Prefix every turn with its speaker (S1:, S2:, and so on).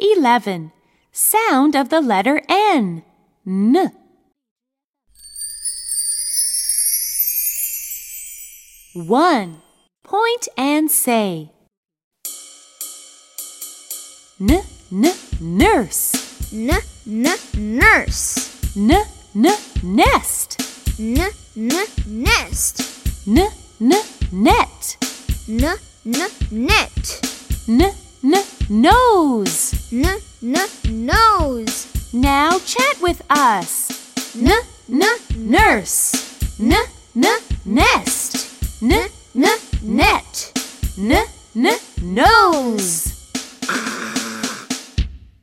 S1: 111. Sound of the letter N. N. One. Point and say. N, n, nurse.
S2: N n nurse.
S1: N, n, nest.
S2: N n nest.
S1: N, n, net.
S2: N n net.
S1: N, n, nose.
S2: N n nose.
S1: Now chat with us. N n nurse. N n nest. N n net. N n nose.